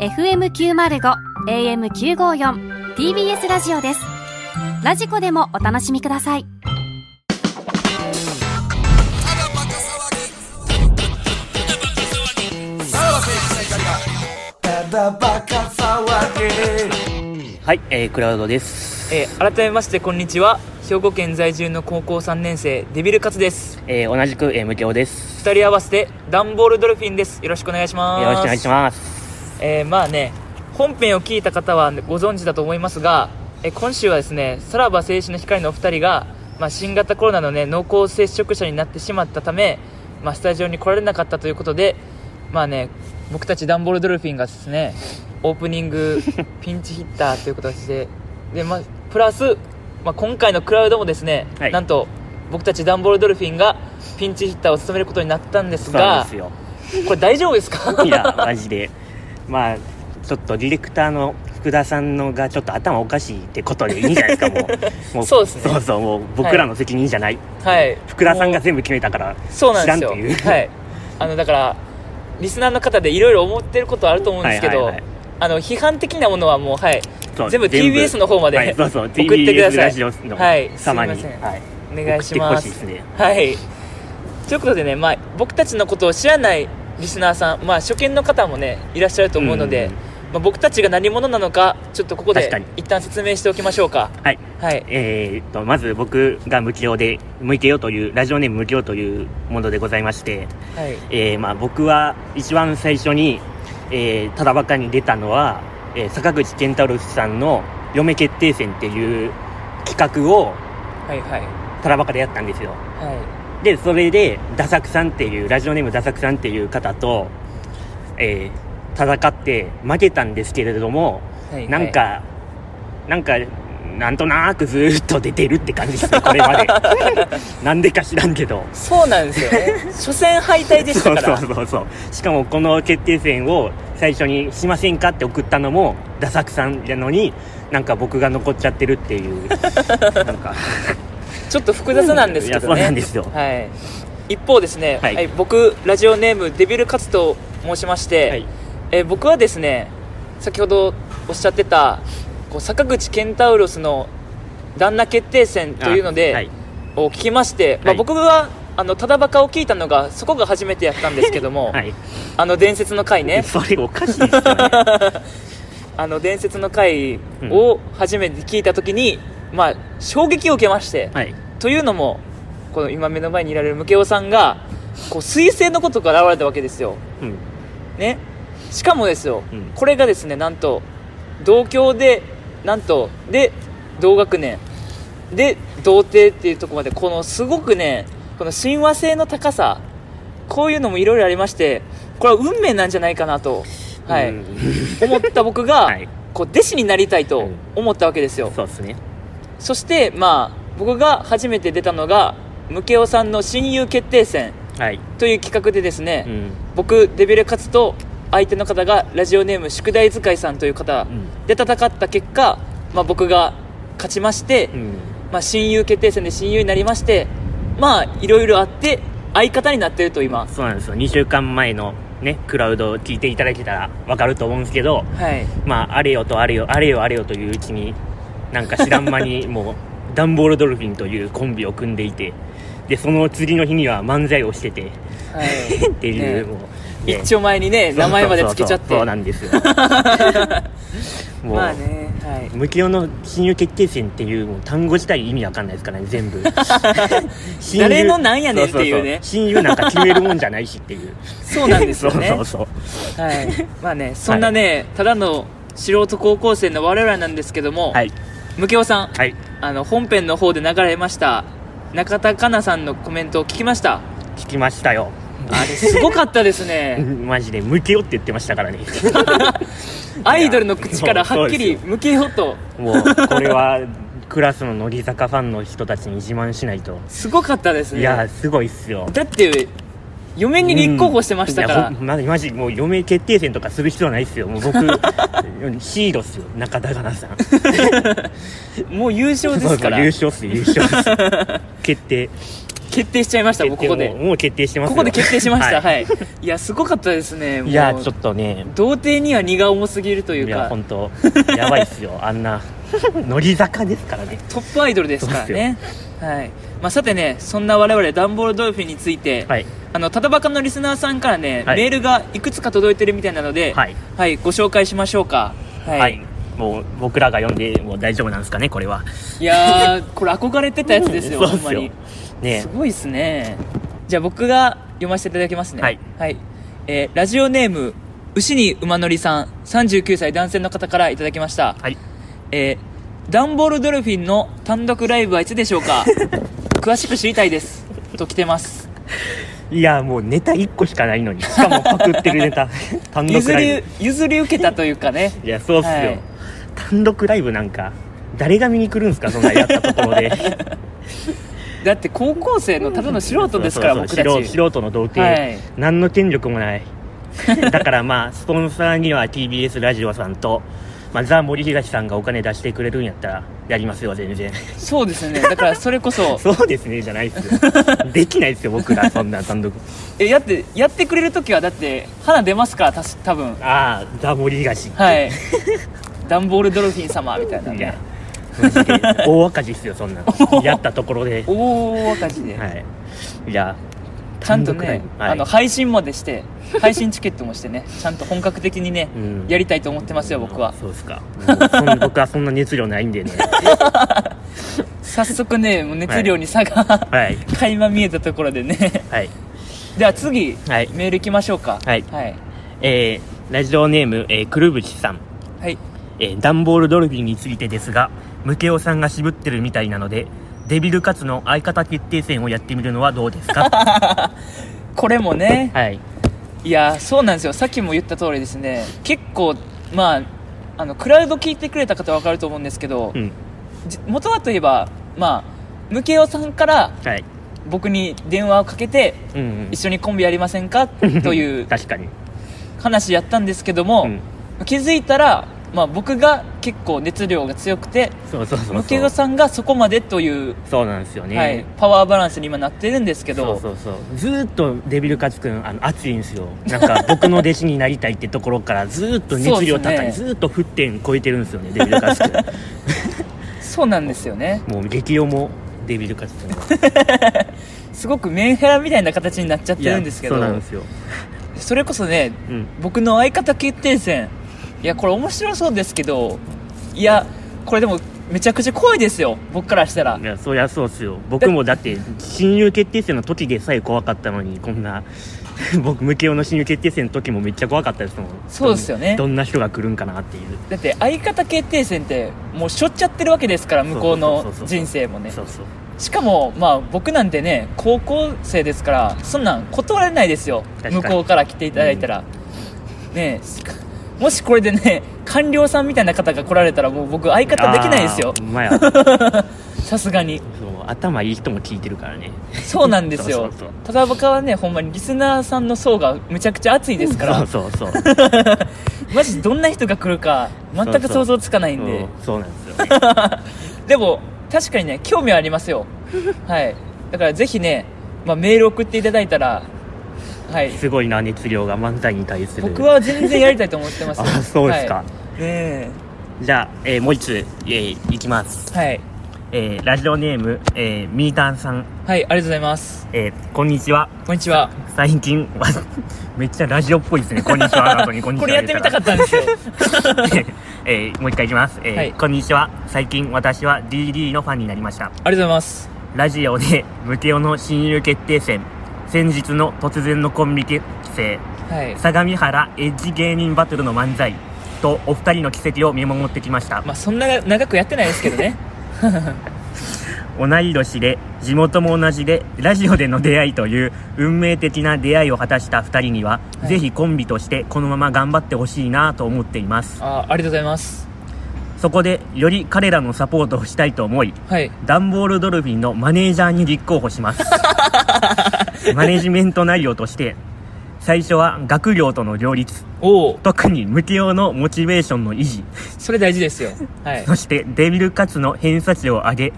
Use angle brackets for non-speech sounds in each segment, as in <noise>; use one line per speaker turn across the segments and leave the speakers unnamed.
FM905 AM954 TBS ラジオですラジコでもお楽しみください
はい、えー、クラウドです。
えー改めましてこんにちは兵庫県在住の高校3年生デビルカツです
えー、同じく、えー、無教です。
2人合わせてダンボールドルフィンですよろしくお願いします
よろしくお願いします。
すえーまあね本編を聞いた方はご存知だと思いますが、えー今週はですねさらば青春の光のお二人が、まあ、新型コロナのね濃厚接触者になってしまったため、まあ、スタジオに来られなかったということでまあね僕たちダンボールドルフィンがですねオープニング
<laughs>
ピンチヒッターという形でで、まあ、プラス、まあ、今回のクラウドもですね、
はい
なんと僕たちダンボールドルフィンがピンチヒッターを務めることになったんです
そうなん
が
ですよ。
これ大丈夫で
<laughs>
すか
いや、マジで。まあ、ちょっとディレクターの福田さんのがちょっと頭おかしいってことでいいんじゃないですか、も
<laughs>
う。も
そうですね
そうそう、もう僕らの責任じゃない。
はい
福田さんが全部決めたから、
そうなんです
知ら
よ
んっていう。
はいあのだからリスナーの方でいろいろ思ってることあると思うんですけど、
はいはいはい
あの批判的なものはもうはい
そう
全部 TBS の方まで
はいそうそう、
<laughs> 送ってくだ
TBS
さい
ラジオの
はい
様に、は
すいません
い、
お願いしま
送ってほしいですすね。
はいということでね、まあ、僕たちのことを知らないリスナーさん、まあ、初見の方もねいらっしゃると思うので、
うん
まあ、僕たちが何者なのかちょっとここ
確か
で
に
一旦説明しておきましょうか
はい。
はい
えー、とまず僕が無教で無教というラジオネーム無教というものでございまして、
はい
えーまあ、僕は一番最初に、えー、ただバカに出たのは、えー坂口健太郎さんの「嫁決定戦」っていう企画を
はいはい
ただバカでやったんですよ
は
でそれでダサクさんっていうラジオネームダサクさんっていう方と、えー戦って負けたんですけれども
いはい
なんか、なんか、なんとなくずーっと出てるって感じですね、これ
<laughs>
まで。なんでか知らんけど。
そうなんですよね初戦敗退でしたから
そうそうそうそう。しかもこの決定戦を最初にしませんかって送ったのも、ダサくさんなのに、なんか僕が残っちゃってるって <laughs> いう。なんか、
ちょっと複雑なんですけどね。
いやそうなんですよ
はい。一方ですね、
は
はいい、僕ラジオネームデビルカツと申しまして、
はい
えー僕はですね、先ほどおっしゃってたこう坂口健太郎の旦那決定戦というので、
あはい
を聞きまして、
は
まあ
い
僕はあのただバカを聞いたのがそこが初めてやったんですけど
<laughs>
も、
はい。
あの伝説の回ね、
それおかしいですよね。
あの伝説の回を初めて聞いた時に、まあ衝撃を受けまして。
はい。
というのもこの今目の前にいられるムケオさんがこう彗星のことから現れたわけですよ、
うん。
ね、しかもですよ、
うん
これがですねなんと同郷でなんとで同学年で童貞っていうところまでこのすごくねこの親和性の高さこういうのもいろいろありましてこれは運命なんじゃないかなと、はい
うん
思った僕が、
<laughs> はい
こう弟子になりたいと思ったわけですよ、
そうですね。
そしてまあ僕が初めて出たのがムケオさんの親友決定戦
はい。
という企画でですね、
うん。
僕デビルカツと相手の方がラジオネーム宿題使いさんという方
うん
で戦った結果、まあ、僕が勝ちまして、
うん。
まあ、親友決定戦で親友になりましてまあいろいろあって相方になってると今
そうなんですよ。2週間前のね、クラウドを聞いていただけたらわかると思うんですけど、
はい
まあ、あれよとあれよ、あれよあれよといううちに、なんか知らん間に、もう、ダンボールドルフィンというコンビを組んでいて、で、その次の日には漫才をしてて、
はい
っていう、
ね
もう、ね
<laughs> 一丁前にね名前までつけちゃって
そうそうそうそうなん
<laughs>
ですよ。もう、
まあねはい
無形の親友決定戦っていうもう単語自体意味わかんないですからね、全
<laughs>
部。親友
誰のなんやねんっていうね
そそそ親友なんか決めるもんじゃないしっていう。
<laughs> そうなんですよね
<laughs> そうそうそう。
はい、 <laughs> まあね、そんなね、ただの素人高校生の我々なんですけども、
はい。
ムケオさん、
はい。
あの本編の方で流れました中田香奈さんのコメントを聞きました。
聞きましたよ。
あれ <laughs> すごかったですね。
<laughs> マジで、無形って言ってましたからね。 <laughs>
アイドルの口からはっき
いや
りムケオと
もうこれはクラスの乃木坂ファンの人たちに自慢しないと、
すごかったですね。
いやーすごいっすよ
だって嫁に立候補してましたから。
うんいやほんまマジもう嫁決定戦とかする必要ないっすよもう僕 <laughs> シードっすよ中田がなさん
もう優勝ですから <laughs>
優勝っす優勝っす決定
決定しちゃいました
決
僕ここ
定
で
もうもう決定してます
こ
よ
こで決定しました、
は
はい、いや、すごかったですね。も
いうやちょっとね
童貞には荷が重すぎるという
いや
か、
本当やばいっすよあん
<laughs>
な乗り坂ですからね
トップアイドルですからね。はい。まあ、さてね、そんな我々、ダンボールドルフィンについて、
はい
あの、ただばかのリスナーさんからね、
はい
メールがいくつか届いてるみたいなので、
はい、
はい、ご紹介しましょうか。は。
はいいもう僕らが読んでもう大丈夫なんですかねこれはい
やー、これ憧れてたやつですよ、
うんそう
ほ
んっ
ます
よ
に。
ね
すごいですね。じゃあ僕が読ませていただきますね。
はい。
えーラジオネーム、牛に馬乗りさん、39歳男性の方からいただきました。
はい
えーダンボールドルフィンの単独ライブはいつでしょ
<laughs>
うか詳しく知りたいです。と来てます。
いやもうネタ1個しかないのにしかもパクってるネ
<laughs>
タ単独
譲
ライ
り、譲り受けたというかね。
ブいやそうっすよ、
はい
単独ライブなんか誰が見に来るんすかそんなやったところで
だって高校生のただの <laughs> 素人ですから、
そう
僕
そう
た
そう素人
ち。
素人の童貞、
はい
何の権力もないだからま
<laughs>
あスポンサーには TBS ラジオさんと、まあ、ザ・森東さんがお金出してくれるんやったらやりますよ全然
そうですね。だからそれこ
<laughs>
そ、
そうですねじゃないっすよ
<laughs>
できないっすよ僕らそんな単独
え、やって、やってくれるときはだって、花出ますから、たし多分。
ああザ・森東って
はい
<laughs>
ダンボールドルフィン様みたいないね
やマジで大赤字っすよそんな
<laughs>
やったところで
大赤字で、
はいいや
ちゃんと
単独ライ
ね、
ブはい
あの配信までして配信チケットもしてねちゃんと本格的にね、
うん
やりたいと思ってますよ僕は
そうっすかもうそん僕はそんな熱量ないんでね
早速ねもう熱量に差が、
はい
垣間見えたところでね <laughs>
はい
では次、
はい
メール行きましょうか
はい
はい、
えー、ラジオネーム、えー、くるぶちさん
はい
えーダンボールドルフィンについてですが、ムケオさんが渋ってるみたいなので、デビルカツの相方決定戦をやってみるのはどうです
<laughs>
か
これもね
はい。
いやそうなんですよさっきも言った通りですね結構まああのクラウド聞いてくれた方分かると思うんですけど、
うん。
じ元はといえばまあムケオさんから
はい。
僕に電話をかけて
うん、うん
一緒にコンビやりませんかと
<laughs>
いう
確かに。
話やったんですけども、
うん
気づいたら、まあ、僕が結構熱量が強くて
そうそうそう
ム
そ
ケオ
う。
さんがそこまでという、
そうなんですよね。
はい、パワーバランスに今なってるんですけど
そうそうそうずーっとデビルカツくんあの熱いんですよなんか <laughs> 僕の弟子になりたいってところからずーっと熱量高い、
そうっす
ず
ね
ーっと沸点超えてるんですよねデビルカツ
<laughs>
く
そうなんですよね
んもう激おもデビルカツくん
<laughs>
は
すごくメンヘラみたいな形になっちゃってるんですけど
そうなんですよ
それこそね
うん
僕の相方決定戦いやこれ面白そうですけどいやこれでもめちゃくちゃ怖いですよ僕からしたら
いやそりゃそうっすよ僕もだって親友決定戦の時でさえ怖かったのにこんな <laughs> 僕無形の親友決定戦の時もめっちゃ怖かったですもん
そうですよね
どんな人が来るんかなっていう
だって相方決定戦ってもうしょっちゃってるわけですから向こ
そうそ
うの
うそうそう
人生もね
そうそう
しかもまあ僕なんてね高校生ですからそんなん断られないですよ
確かに
向こうから来ていただいたら、ねえしかもしこれでね官僚さんみたいな方が来られたらもう僕相方できないですよ
あーほんまや
<laughs>
そう
さすがに
頭いい人も聞いてるからね
そうなんですよ
<laughs> そうそうそう
ただ僕はねほんまにリスナーさんの層がむちゃくちゃ熱いですから
そうそうそう
マジどんな人が来るか全く想像つかないんで
そうそうなんですよね
でも確かにね興味はありますよはいだからぜひね、まあ、メール送っていただいたらはい
すごいな熱量が漫才に対する
僕は全然やりたいと思ってますよ
あそうですか
はい、ねえ
じゃあ、えーもう一つ、えーいきます、
はい、
えーラジオネーム、えーミータンさん、
はい、ありがとうございます
えーこんにちは
こんにちは
最近 <laughs> わめっちゃラジオっぽいですねこんにちはの後にこんにち
こ
は
れやってみたか
っ
ったんですよ
た、 <laughs> えーもう一回いきます、えー
はい
こんにちは最近私は DD のファンになりました
ありがとうございます
ラジオでムケオの親友決定戦先日の突然のコンビ結成
はい
相模原エッジ芸人バトルの漫才とお二人の奇跡を見守ってきました
まあそんな長くやってないですけどね
同い年で地元も同じでラジオでの出会いという運命的な出会いを果たした二人には、
はい
ぜひコンビとしてこのまま頑張ってほしいなと思っています
あありがとうございます
そこでより彼らのサポートをしたいと思い
はい
ダンボールドルフィン <laughs> のマネージャーに立候補しますマネジメント内容として最初は学業との両立
おお
特に無教のモチベーションの維持
それ大事ですよ
<laughs>
はい
そしてデビルカツの偏差値を上 <laughs> げ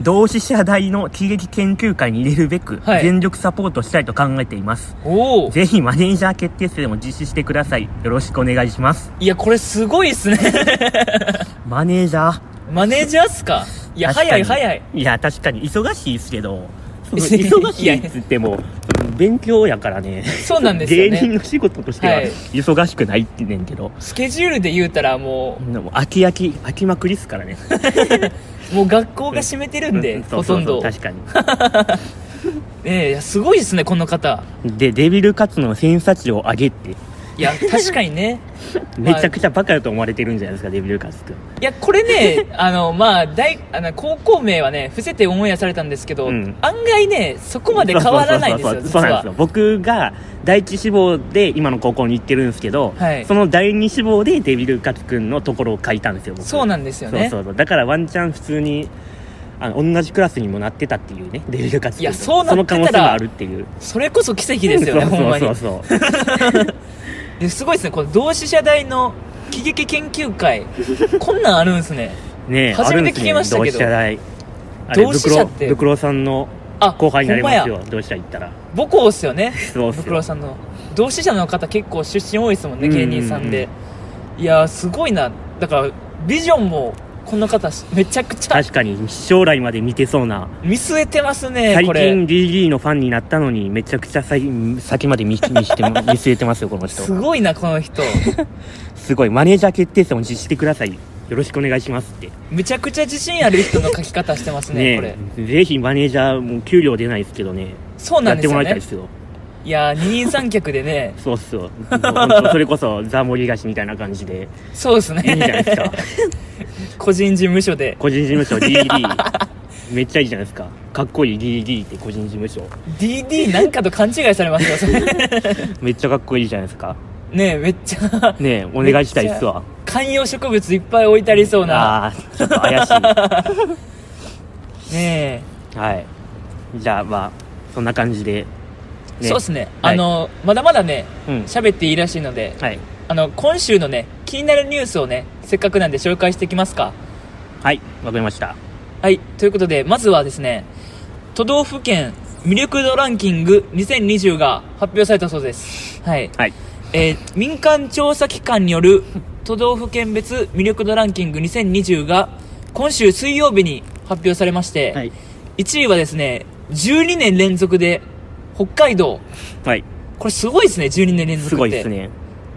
同志社大の喜劇研究会に入れるべく、
はい
全力サポートしたいと考えています
おお
ぜひマネージャー決定戦を実施してくださいよろしくお願いします
いやこれすごいっすね <laughs>
マネージャー
マネージャーっすかいや
確
早
か
い
に
早い
いや確かに忙しいっすけ
<laughs>
ど忙しいっつっても勉強やからね
そうなんですよ
芸人
ね
の仕事としては
はい
忙しくないってねんけど、
スケジュールで言うたらも
でも飽き飽き飽きまくりっすからね
うもう学校が閉めてるんで、
う <laughs> そう
ほ
そ
と
うん
ど
確かに
ええいやすごいですねこの方
でデビルカツの偏差値を上げって
いや確かにね
めちゃくちゃバカだと思われてるんじゃないですか、デビルカツくん
いやこれ
<laughs>
ねあのまあ大あの高校名はね伏せてオンエアされたんですけど、
うん
案外ねそこまで変わらないんですよ
そうそうそうそうそ
実
うなんです
は
よ僕が第一志望で今の高校に行ってるんですけど、
はい
その第二志望でデビルカツくんのところを書いたんですよ僕
そうなんですよ
そ
ね
うそうそうだからワンチャン普通にあの同じクラスにもなってたっていうねデビルカツくんと
いやそうな
そ
ってたら
の可能性もあるっていう
それこそ奇跡ですよね
そう
ほんまに
そうそうそう
ですごいですねこの同志社大の喜劇研
<laughs>
究会こんなんあるんですね
ねえ
初めて聞きましたけど
あるんですね同
同
志
志
社大
社
あれ
っ
ブク
て
ロブクロさんの
あ
後輩になります
ほん
よ
まや
同志社行ったら
母校っすよね
そうっす
ブ
よ
クロさんの同志社の方結構出身多いですもんね芸人さんでいやーすごいなだからビジョンもこの方めちゃくちゃ
確かに将来まで見てそうな
見据えてますね
最
これ
近 DD のファンになったのにめちゃくちゃ先先まで見見しても見据えてますよこの人
すごいなこ
<laughs>
の人
すごいマネージャー決定戦を実施してくださいよろしくお願いしますって
めちゃくちゃ自信ある人の書き方してますねこれ
ねえぜひマネージャーもう給料出ないですけどね
そうな
や
ん
って
です
もらい
よ
たいで
ね
すよ
いやー二人三脚
<laughs>
でね
そうっすよ本当それこそザ・モリガシみたいな感じで
そうです
いいんじゃない
ね
です
<laughs>
か
個人事務所で
個人事務所 DD めっちゃいいじゃないですかかっこいい DD って個人事務所
DD なんかと勘違いされますよ
<laughs>
それ
めっちゃかっこいいじゃないですか
ねえめっちゃ
ねえお願いしたいっすわ
観葉植物いっぱい置いてありそうな
ああーちょっと怪しい
ね
はい。じゃあ、まあ、そんな感じで。
えそうですね、
はい
あのまだまだね
うん。
喋っていいらしいので
はい。
あの今週のね気になるニュースをねせっかくなんで紹介していきますか
はい。わかりました。
はいということでまずはですね都道府県魅力度ランキング2020が発表されたそうですはい
はい。
えー民間調査機関による都道府県別魅力度ランキング2020が今週水曜日に発表されまして、
はい。
1位はですね12年連続で北海道
はい。
これすごいですね12年連続って
すごいですね。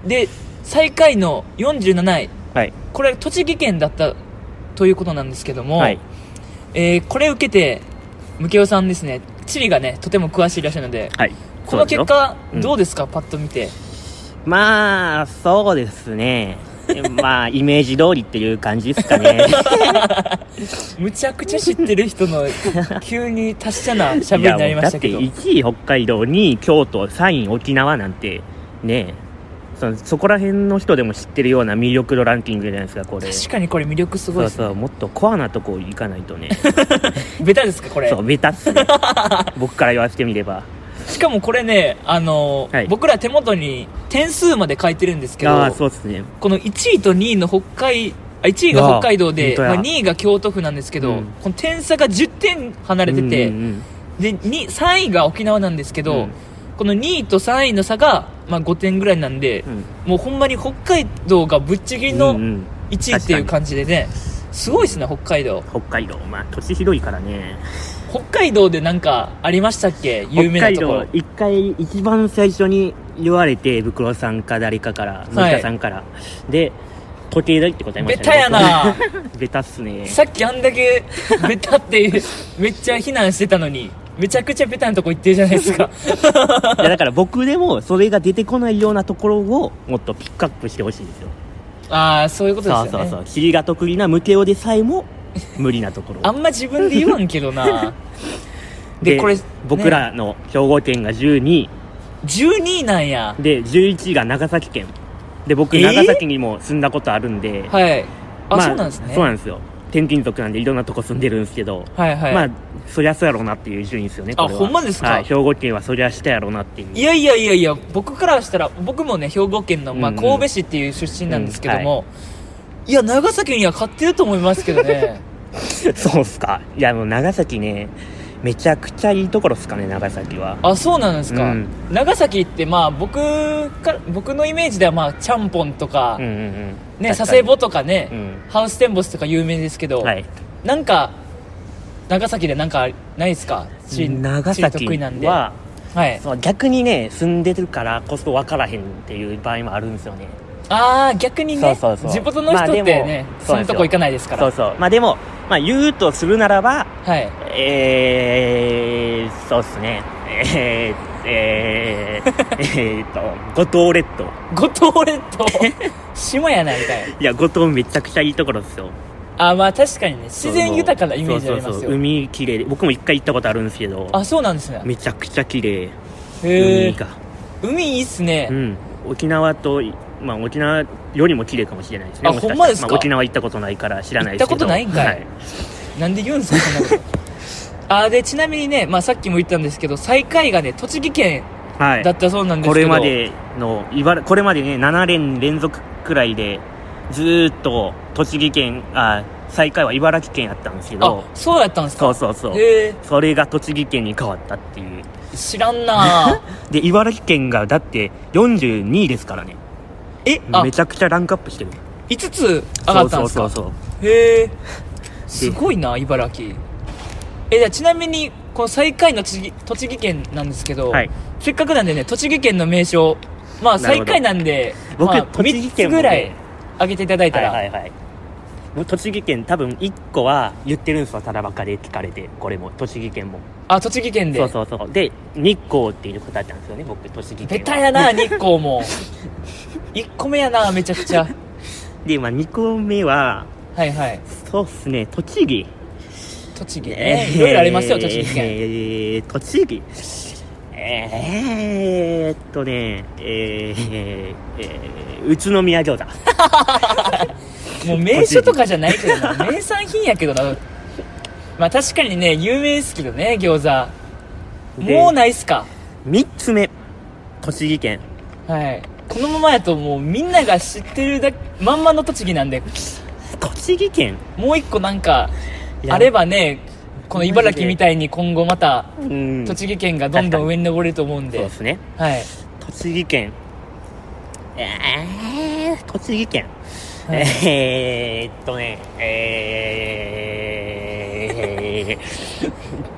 で最下位の47位
はい。
これ栃木県だったということなんですけども、
はい。
えーこれ受けてムケオさんですね地理がねとても詳しいらしいので
はい。
こ
そ
の
うですよ
結果
うん
どうですか、パッと見て
まあ、そうです
<laughs>
ね。まあ、イメージ通りっていう感じですかね。
むちゃくちゃ知ってる人
<laughs>
の急に達者な <laughs> 喋
い
り
や
になりましたけど
もうだって1位北海道、2位京都、3位沖縄なんて、ねえ。そのそこら辺の人でも知ってるような魅力度ランキングじゃないですか、これ。
確かにこれ魅力すご
そう
いです
そう、もっとコアなとこ行かないと
<laughs>
ね。
ベタですかこれ
そう、ベタっす
<laughs>
ね。僕から言わせてみれば。
しかもこれね、あの
はい
僕ら手元に点数まで書いてるんですけど
ああ、そうっすね。
この1位と2位の北海あ1位が北海道で、
うわー
まあ、
本当や
2位が京都府なんですけど、
うん
この点差が10点離れてて、
うんうんうん
でに3位が沖縄なんですけど、
うん
この2位と3位の差が、まあ、5点ぐらいなんで、もうほんまに北海道がぶっちぎり
うんう
の
ん
1位っていう感じでね、すごいですね北海道
北海道まあ年広いからね
北海道でなんかありましたっけ有名なとこ
北海道一回一番最初に言われてブクロさんか誰かから森田さんから、で時計台って答えま
ベ
したね
タやな
僕 <laughs> ベタっす
<laughs>
ね
さっきあんだけベタっていうめっちゃ非難してたのにめちゃくちゃベタなとこ行ってるじゃないです
<laughs>
か
いやだから僕でもそれが出てこないようなところをもっとピックアップしてほしいですよ
ああそういうことですよ
そう
ね
そうそう尻が得意な無形でさえも無理なところ
あんま自分で言わんけ
<laughs>
どなでこれね
僕らの兵庫県が12位
12位なんや
で11位が長崎県で僕
えー
長崎にも住んだことあるんで、
はいあ、
まあ
そうなんですね
そうなんですよ転勤族なんでいろんなとこ住んでるんですけど、
はいはい。
まあ、そりゃそうやろうなっていう順位ですよね、
あ
これは
ほんまですか
はい、兵庫県はそりゃしたやろうなっていう。
いやいやいやいや、僕からしたら、僕もね、兵庫県の、まあ、
うんうん
神戸市っていう出身なんですけども、い、や、長崎には勝ってると思いますけ
<laughs>
どね。
そうっすか。いや、もう長崎ね、めちゃくちゃいいところっすかね、長崎は。
あ、そうなんですか。
うん
長崎って、まあ、僕から、僕のイメージでは、まあ、ちゃんぽんとか、
うんうんうん。
ね、
確か
佐
に
世保とかね、
うん。
ハウステンボスとか有名ですけど、
はい。
なんか、長崎でなんか、ないですか地
長
地
崎
理得意なんで。は。
はいそう逆にね住んでるからこそ分からへんっていう場合もあるんですよね
ああ、逆にね
そうそうそう
地元の人ってね、
まあでも
そういうとこ行かないですから。
そうそうまあでも、まあ、言うとするならば
はい。
えー、そうっすねえー、えー、えーと五島列島
五島列島島やなみたいない
や五島めちゃくちゃいいところですよ
<laughs> あまあ確かにね自然豊かなイメージありますよ
そうそうそう海綺麗で僕も一回行ったことあるんですけど
あそうなんですね
めちゃくちゃ綺麗
へえ
海が
海いいっすね、
うん、沖縄と、まあ、沖縄よりも綺麗かもしれないですね。
あ
もしかしたら
ほんまですか
あ沖縄行ったことないから知らないですけど。
行ったことないんかい
はい。
なんで言うんですかそんなこと
<laughs>
あでちなみにね、まあ、さっきも言ったんですけど最下位がね栃木県
はい
だったそうなんです
こ
け
れ
ど、
までの、茨これまでね、7連連続くらいで、ずーっと栃木県、あ、最下位は茨城県やったんですけど
あ、そうやったんです
そう
か
そうそう。
へえ
それが栃木県に変わったっていう。
知ら
<laughs>
んな
で、茨城県がだって42位ですからね。
えあ
めちゃくちゃランクアップしてる。
5つ上がったんですか
そうそうそうそう。
へえすごいな茨城えじゃあちなみにこの最下位の栃木栃木県なんですけど、
はい
せっかくなんでね栃木県の名所まあ
なる
最
ほど
下位なんで
僕、
まあ、
栃木県
3つ
もね
ぐらい上げていただいたら、
はいはいはいもう栃木県多分1個は言ってるんですよただばかで聞かれてこれも栃木県も
あ栃木県で
そうそうそうで日光っていう答えたんですよね僕栃木県は
ベタやな日光も1個目やなめちゃくちゃ
で、まあ、2個目は
はいはい
そうっすね栃木
栃木ねいろいろありますよ
えー
栃木県
えー栃木えーっとねえーえー宇都宮餃子
もう名所とかじゃないけど
<laughs>
な名産品やけどなまあ確かにね有名ですけどね餃子
で
もうないっすか
3つ目栃木県
はいこのままやともうみんなが知ってるだまんまの栃木なんで
栃木県
もう一個なんか
いや
あればねこの茨城みたいに今後また
うん
栃木県がどんどん上に登れると思うん
そう
で
っ、すね
はい
栃木県えー、栃木県、
はい
えーっとねえー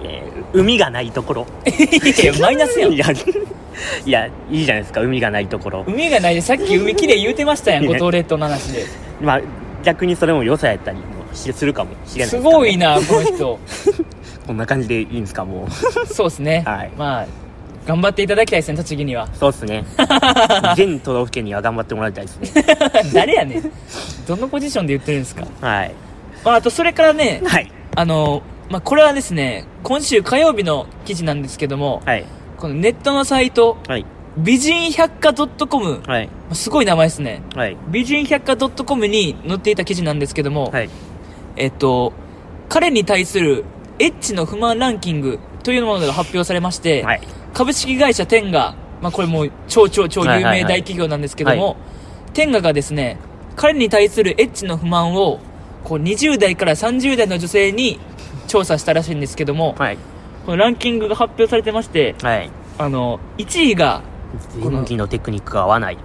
えー海がないところ
<laughs> いやマイナスやん
いやいやいいじゃないですか海がないところ、
海がないでさっき海きれい言うてましたやん
いや
五島列島の話で
まあ逆にそれも良さやったりもしするかもしれないですすからね
ごいなこの
<laughs>
人
こんな感じでいいんですかも
そうですね、
はい
まあ頑張っていただきたいですね栃木には
うそうっす <laughs> ね全都道府県には頑張ってもらいたいですね
<laughs> 誰やねんどのポジションで言ってるんですか、
はい
まあ、あとそれからね
はい
あのまあこれはですね今週火曜日の記事なんですけども、
はい
このネットのサイト
はい
美人百科 .com
はい
すごい名前ですね
はい
美人百科 .com に載っていた記事なんですけども、
はい
えっと彼に対するエッチの不満ランキングというものが発表されまして、
はい
株式会社テンガ、まあ、これもう超超超
は
有
いはい
名
はい
大企業なんですけども、
は
テンガがですね彼に対するエッチの不満をこう20代から30代の女性に調査したらしいんですけども、
はい
このランキングが発表されてまして
はい
あの1位が
演技のテクニックが合わない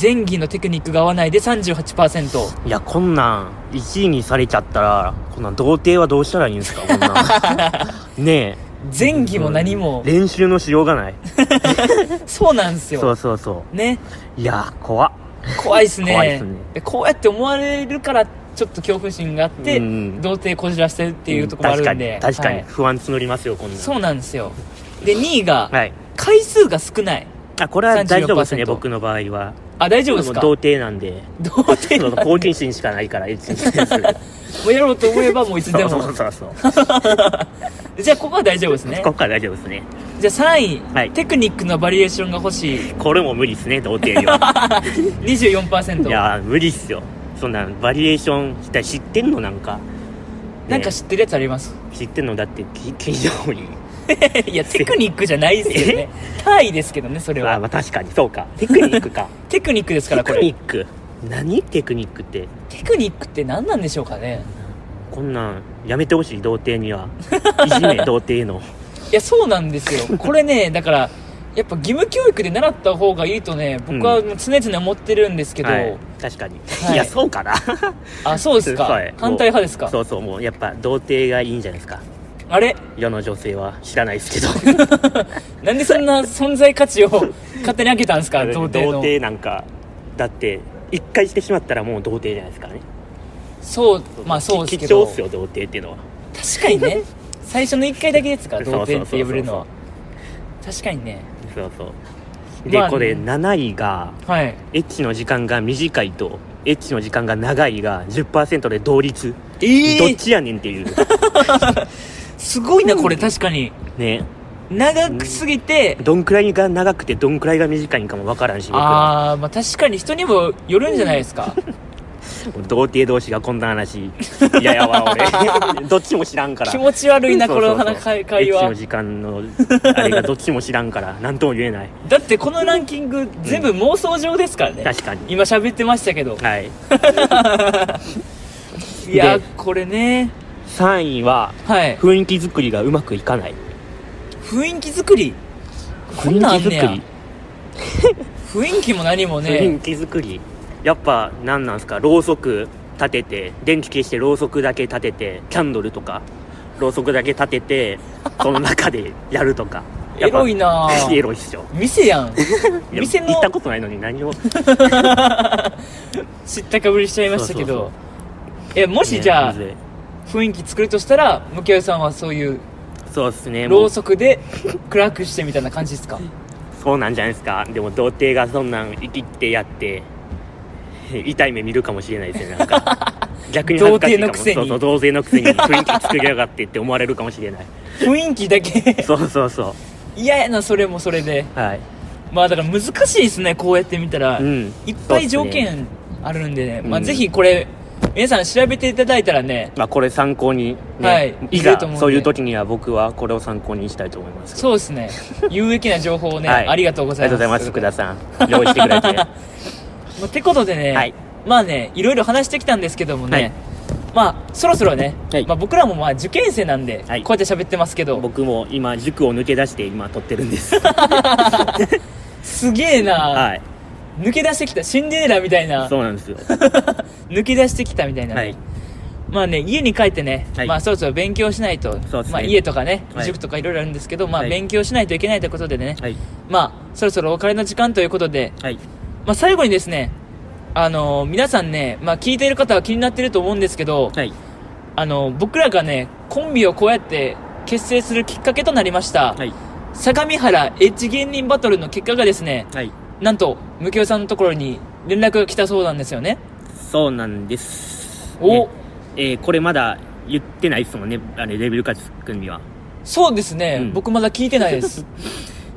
前儀のテクニックが合わないで38%
いやこんなん1位にされちゃったらこんなん童貞はどうしたらいいんですかこんなん <laughs> ね
前儀も何
え
も
練習のしようがない
そうなんです
そう
よ
そうそ
ね
ういや怖っ
怖いっすね
怖いっすね
でこうやって思われるからちょっと恐怖心があって、
うん
童貞こじらしてるっていうところもあるんで、
うん確かに確かに
はい
不安募りますよこんなん
そうなんですよで2位が
はい
回数が少ない
あこれは大丈夫ですね
34%
僕の場合は
あ大丈夫です
も
か
童貞なん
<laughs>
で
童貞
そう
も
好奇心しかないからいつでも
うやろうと思えばもういつで
そうそ
も
うそうそう
じゃあここは大丈夫ですね
ここから大丈夫ですね
じゃあ3位、
はい
テクニックのバリエーションが欲しい
これも無理ですね童貞
<laughs>
には
24%
いやー無理っすよそんなんバリエーションした知ってんのなんか
なんか知ってるやつあります
知ってんのだってき金曜日
いや <laughs> テクニックじゃないですよね単位ですけどねそれ
あ
は
まあ確かにそうかテクニックか
テクニックです <laughs> から
テ
こ
ク
れ
ニック何テクニックって
テクニックって何なんでしょうかね
こんなんやめてほしい童貞に
<laughs>
はいじめ童貞への
いやそうなんですよこ
<laughs>
れねだからやっぱ義務教育で習った方がいいとね僕はもう常々思ってるんですけど、
はい、確かに、
い
い、やそうかな
あそうで
<laughs>
すか、
はい
反対派ですか
そうそうもうやっぱ童貞がいいんじゃないですか
あれ
世の女性は知らないですけど
なんでそんな
<laughs>
存在価値を勝手に上げたんですか童貞の
なんかだって一回してしまったらもう童貞じゃないですからね
そうまあそうですけ
貴
ど
重っすよ童貞っていうのは
確か
<laughs>
にね最初の1回だけですか
そう
童貞って呼べるの
そ
は確かにね
そうそうで、
まあ
これ7位が
はい
エッチの時間が短いとエッチの時間が長いが10%で同率、
え
どっちやねんっていう
すごいなこれ確かに
ね
長くすぎて
どんくらいが長くてどんくらいが短いんかもわからんし僕ら
あー、まあ確かに人にもよるんじゃないですか
童貞同士がこんな話いややわ
<laughs>
俺どっちも知らんから
気持ち悪いな、この
そうそ
話
うそう
会会
エッチ
話
の。時間のあれがどっちも知らんから何とも言えない
だってこのランキング全部妄想上ですからね。
確かに
今喋ってましたけど。
はい
いや
で、
これね。
3位は
はい。
雰囲気作りがうまくいかない
雰囲気作り。こんなんあんねや
雰囲気
雰囲気も何も
作り雰
ね
囲。気作りやっぱ何なんすかろうそく立てて電気消してろうそくだけ立ててキャンドルとかろうそくだけ立て
<laughs>
てその中でやるとかや
エ
っぱ <laughs>
ロいな
エ
ぁ。
ロいっしょ
店やん。
いや
店
行
の
ったことないのに何を
知ったかぶりしちゃいましたけ
そうそう
ど。え、もしじゃあ
ね、む
雰囲気作るとしたら、向井さんはそういう、
ずいそうっすねも
ろ
う
うそくで暗くしてみたいな感じですか
そうなんじゃないですかでも童貞がそんなん生きてやって痛い目見るかもしれないですよねなんか
<laughs>
逆に恥ずかしいかもそ
童貞のくせに
うそう童貞のくせに雰囲気作りやがってって思われるかもしれない
雰囲気だけ <laughs>
そうそうそ
嫌やな、それもそれで。
うはい
まあだから難しいですねこうやって見たら、
うん
いっぱい
そうっ
条
すね
件あるんでね、
うん
まあぜひこれ皆さん調べていただいたらね
まあこれ参考に、ね
はい
い
いける
ざ
と思うんで
そういう時には僕はこれを参考にしたいと思います
そうですね有益な情報をね、
はい
ありがとうございま
あ
す
りがとうございます福田さん用意してくれて
まあてことでね、
はい
まあねいろいろ話してきたんですけどもね、
はい
まあそろそろね、
はい
まあ、僕らもまあ受験生なんで、
はい
こうやって喋ってますけど
僕も今塾を抜け出して今撮ってるんです
<laughs> すげえな、
はい
抜け出してきたシンデレラみたいな
そうなんですよ
抜け出してきたみたいなね、
はい
まあね、家に帰ってね、
はい
まあそろそろ勉強しないと、
そうですね
まあ家とかね、
はい
塾とかいろいろあるんですけど、まあ
はい
勉強しないといけないということでね、
はい
まあそろそろお金の時間ということで、
はい
まあ最後にですね、あのー皆さんね、まあ聞いている方は気になってると思うんですけど、
はい
あのー僕らがね、コンビをこうやって結成するきっかけとなりました、
はい
相模原エッジ芸人バトルの結果がですね、
はい
なんと、ムキオさんのところに連絡が来たそうなんですよね。
そうなんです
お
ねえーこれまだ言ってないですもんねあれレベルカツ君には
そうですね、
うん
僕まだ聞いてない
<laughs>
です。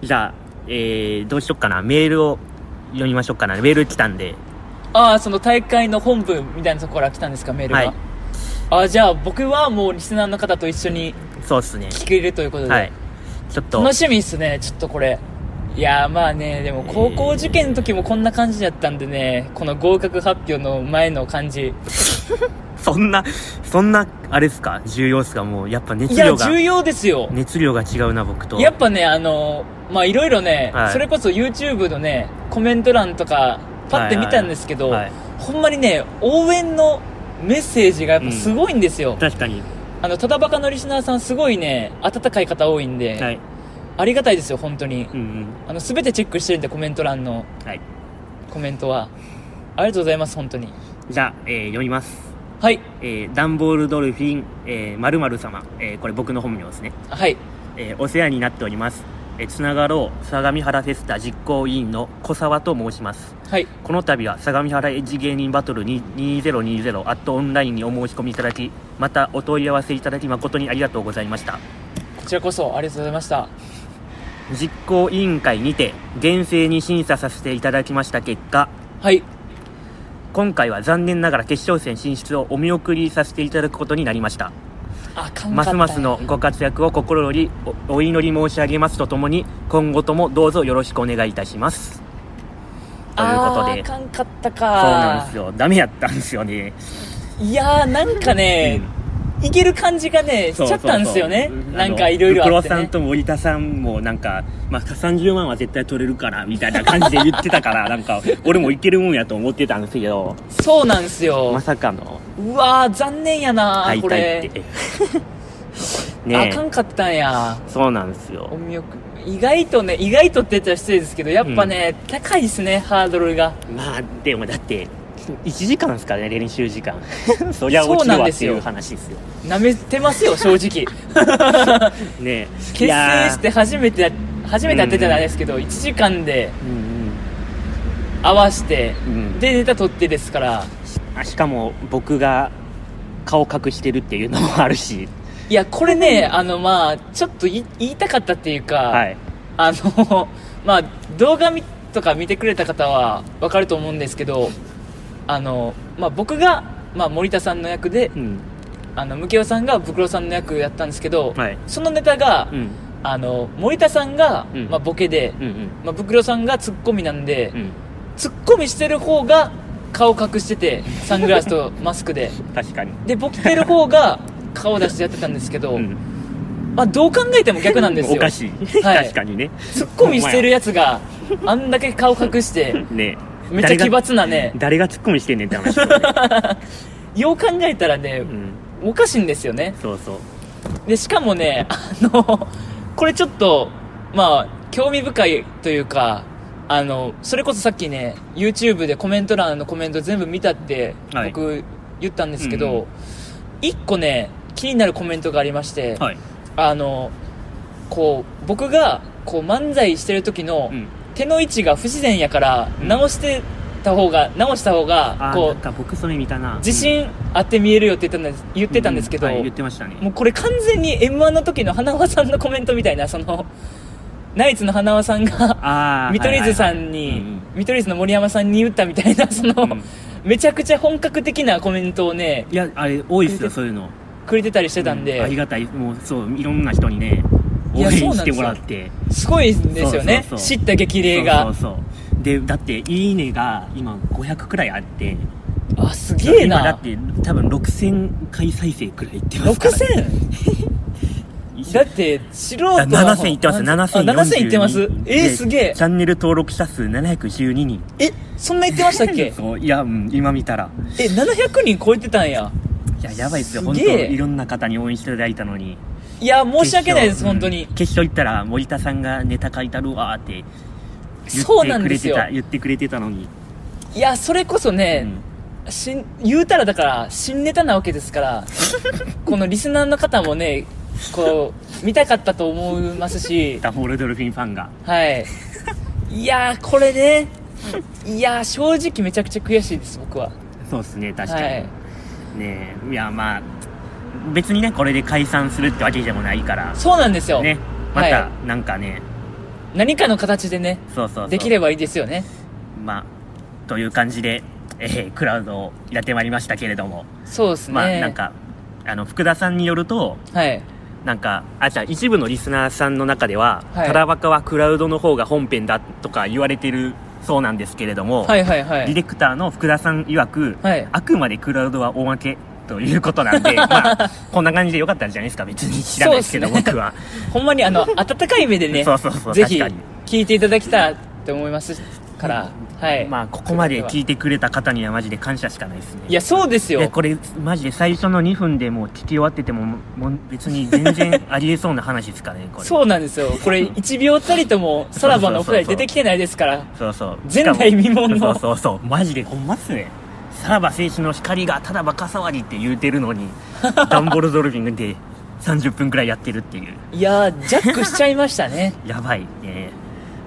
じゃあ、えーどうしよっかなメールを読みましょうかなメール来たんで
ああその大会の本部みたいなところから来たんですかメールが、
はい
ああじゃあ僕はもうリスナーの方と一緒に
そうっすね
聞けるということで、
はいちょっと
楽しみっすねちょっとこれいやーまあねでも高校受験の時もこんな感じだったんでねこの合格発表の前の感じ
そんなそんなあれっすか重要っすかもうやっぱ熱
いや
量が
重要ですよ
熱量が違うな僕と
やっぱねあのまあいろいろね、
はい
それこそ YouTube のねコメント欄とかパッて見たんですけど、
はい
ほんまにね応援のメッセージがやっぱすごいんですよ、
確かに
あの、ただバカのリスナーさんすごいね、温かい方多いんで、
はい
ありがたいですよ、本当に
う。んうん
あの、すべてチェックしてるんで、コメント欄の
はい
コメントは。ありがとうございます、本当に。
じゃあ、えー読みます
はい、
えーダンボールドルフィン、えー、〇〇様、えーこれ僕の本名ですね
はい。
えーお世話になっております、えーつながろう相模原フェスタ実行委員の小沢と申します
はい。
この度は相模原エッジ芸人バトル2020アットオンラインにお申し込みいただきまたお問い合わせいただき誠にありがとうございました
こちらこそ、ありがとうございました。
実行委員会にて厳正に審査させていただきました結果
はい。
今回は残念ながら決勝戦進出をお見送りさせていただくことになりました
あかんかったんや
ますますのご活躍を心よりおお祈り申し上げますとともに今後ともどうぞよろしくお願いいたしますということ
あーあ
で
かんかったか
そうなんですよダメやったんですよね
いやーなんかね、いける感じがねしちゃったんですよね
そうそうそう
なんかいろいろあっ
あのブク
て、
ロさ
ね
ん、と森田さんもなんか、まあ、30万は絶対取れるからみたいな感じで言ってたから
<laughs>
なんか俺もいけるもんやと思ってたんですけど
そうなんですよ
まさかの
うわー残念やなー
敗
こ
退っ
れ
て <laughs>
あ
ね
か
え
んかったんや
そうなんです
お
よ
見送り意外とね意外とって言ったら失礼ですけどやっぱね、高いですねハードルが
まあでもだって1時間ですからね練習時
<laughs>
間そりゃ落ちるわっていう話ですよ
なめてますよ正
<laughs>
直
ねえ
結
いや
成
ー
して初めて初めてやってたらあれですけど、1時間で
うん
合わせて、
うん
でネタ取ってですから
うんあしかも僕が顔隠してるっていうのもあるし
いやこれねあのまあちょっとい言いたかったっていうか、
はい
あのまあ動画みとか見てくれた方は分かると思うんですけどあの、まあ、僕が、まあ、森田さんの役で
うん
あのムケオさんがブクロさんの役やったんですけど、
はい
そのネタが、
うん
あの森田さんが、
うん
まあ、ボケで、
うんうん
まあ、ブクロさんがツッコミなんで、
うん
ツッコミしてる方が顔隠しててサングラスと <laughs> マスクで
確かに
でボケてる方が顔出してやってたんですけど、
うん
まあ、どう考えても逆なんです
<laughs>
よ
おかしい
はい
確かにね
ツッコミしてるやつがあんだけ顔隠して
ねえ
めっちゃ奇
誰が
抜なね
誰がツッコミしてんねんって
<laughs>
話だよね
よう考えたらね
うん
おかしいんですよね
そうそう
でしかもねあのこれちょっとまあ興味深いというかあのそれこそさっきね YouTube でコメント欄のコメント全部見たって
はい
僕言ったんですけ
うんうん
ど、一1個ね気になるコメントがありまして、
はい
あのこう僕がこう漫才してる時の、
うん
手の位置が不自然やから
うん
直してた方が直した方が
あー
こ
なん
う
か僕それ見たな
自信あって見えるよって言ってたんです言ってたんですけど、
うはい言ってましたね
もうこれ完全に m 1の時の花輪さんのコメントみたいな
<laughs>
そのナイツの花輪さんが
ああ
見取り図さんに、見取り図の森山さんに言ったみたいなその、
うん
めちゃくちゃ本格的なコメントをね
いやあれ多いっすよそういうの
くれてたりしてたんで、
うありがたいもうそういろんな人にね
い
応
や
援
そうな
し
んで
て
すよ
もらって
すごいんですよね
そうそうそう
知った激励が
そうそうそうでだって「いいね」が今500くらいあって
あすげえ
今だ
な
って多分6000回再生くらいいってますから、ね、
6000
6000
だって素人は
7000いってます7000
7000いってますえー、すげえ
チャンネル登録者数712人
えそんな言ってましたっけ
そういや、うん、今見たら
え700人超えてたんや
いややばいっすよ
す
本当
げえ
いろんな方に応援していただいたのに
いや申し訳ないで
決
す
勝
本当
う
に
ん、決勝行ったら森田さんがネタ書いたるわーって
そう
言
な
って
ん
く
で
れ
す
て
よ
た言ってくれてたのに、
いやそれこそ
う
ね、
ん、
新言うたらだから新ネタなわけですから
<laughs>
このリスナーの方もねこう見たかったと思いますし
ダフォールドルフィンファンが
はいいやーこれねいやー正直めちゃくちゃ悔しいです僕は
そうっすね確かに、
はい
ねえいやまあ別にねこれで解散するってわけでもないから
そうなんですよ、
ねまた
は
なんかね、
何かの形でね
そうそうそう
できればいいですよね
まあという感じで、えークラウドをやってまいりましたけれども、
そうですね
まあなんかあの福田さんによると
はい
なんかあじゃあ一部のリスナーさんの中では、
はい
タラバカはクラウドの方が本編だとか言われてるそうなんですけれども、
はいはいは
ディ
い
レクターの福田さん曰く、
はい
あくまでクラウドは大負けということなん
<laughs>
で、まあ、こんな感じでよかったんじゃないですか別に知らないですけど
そうっすね
僕は、
ほんまに
<laughs>
あの温かい目でね
そうそうそう
ぜひ
確かに
聞いていただきたいと思いますから、はい
まあここまで聞
い
いてくれた方にはマジで感謝しかないですね
いやそうです
いや
よ
これマジで最初の2分でもう聞き終わっててももう別に全然ありえそうな話ですからね
<laughs>
これ
そうなんですよこれ1秒たり
<laughs>
ともさらばのお
そうそ
二
うそう
人
そう
出てきてないですから
そうそう
前代未聞の
しかもそうそうそうマジでほんまっすねさらば青春の光がただバカ騒ぎって言うてるの
<laughs>
にダンボルドルフィングで30分くらいやってるっていう
いやージャックしちゃいましたね
<laughs> やばいね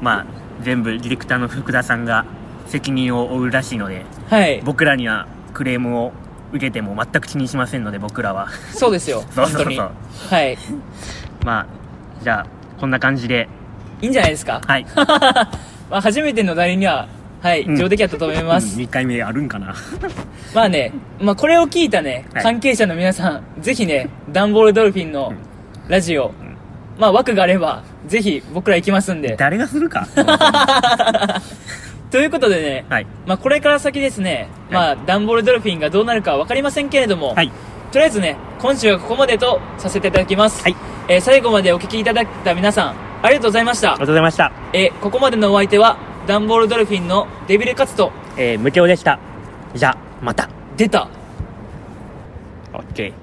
まあ全部ディレクターの福田さんが責任を負うらしいので
はい
僕らにはクレームを受けても全く気にしませんので僕らは
そうですよ
そう
本
そうそう
当にはい
まあじゃあこんな感じで
<laughs> いいんじゃないですか、
はい
まあ、初めての代理にははい、
うん
上出来だったと思います。
2回目あるんかな <laughs>
まあね、まあこれを聞いたね、
はい
関係者の皆さん、ぜひね、ダンボールドルフィンのラジオ、まあ枠があれば、ぜひ僕ら行きますんで。
誰がす
<laughs>
るか
ということでね、
はい
まあこれから先ですね、まあダンボールドルフィンがどうなるかわかりませんけれども、
はい
とりあえずね、今週はここまでとさせていただきます。
はい
えー最後までお聞きいただいた皆さん、ありがとうございまし
ありがと
た。
うございました、
えーここまでのお相手は、ダンボールドルフィンのデビルカツと、
えー、無教でしたじゃあまた
出た。
OK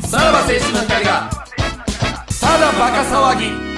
さらば青春の光がただバカ騒ぎ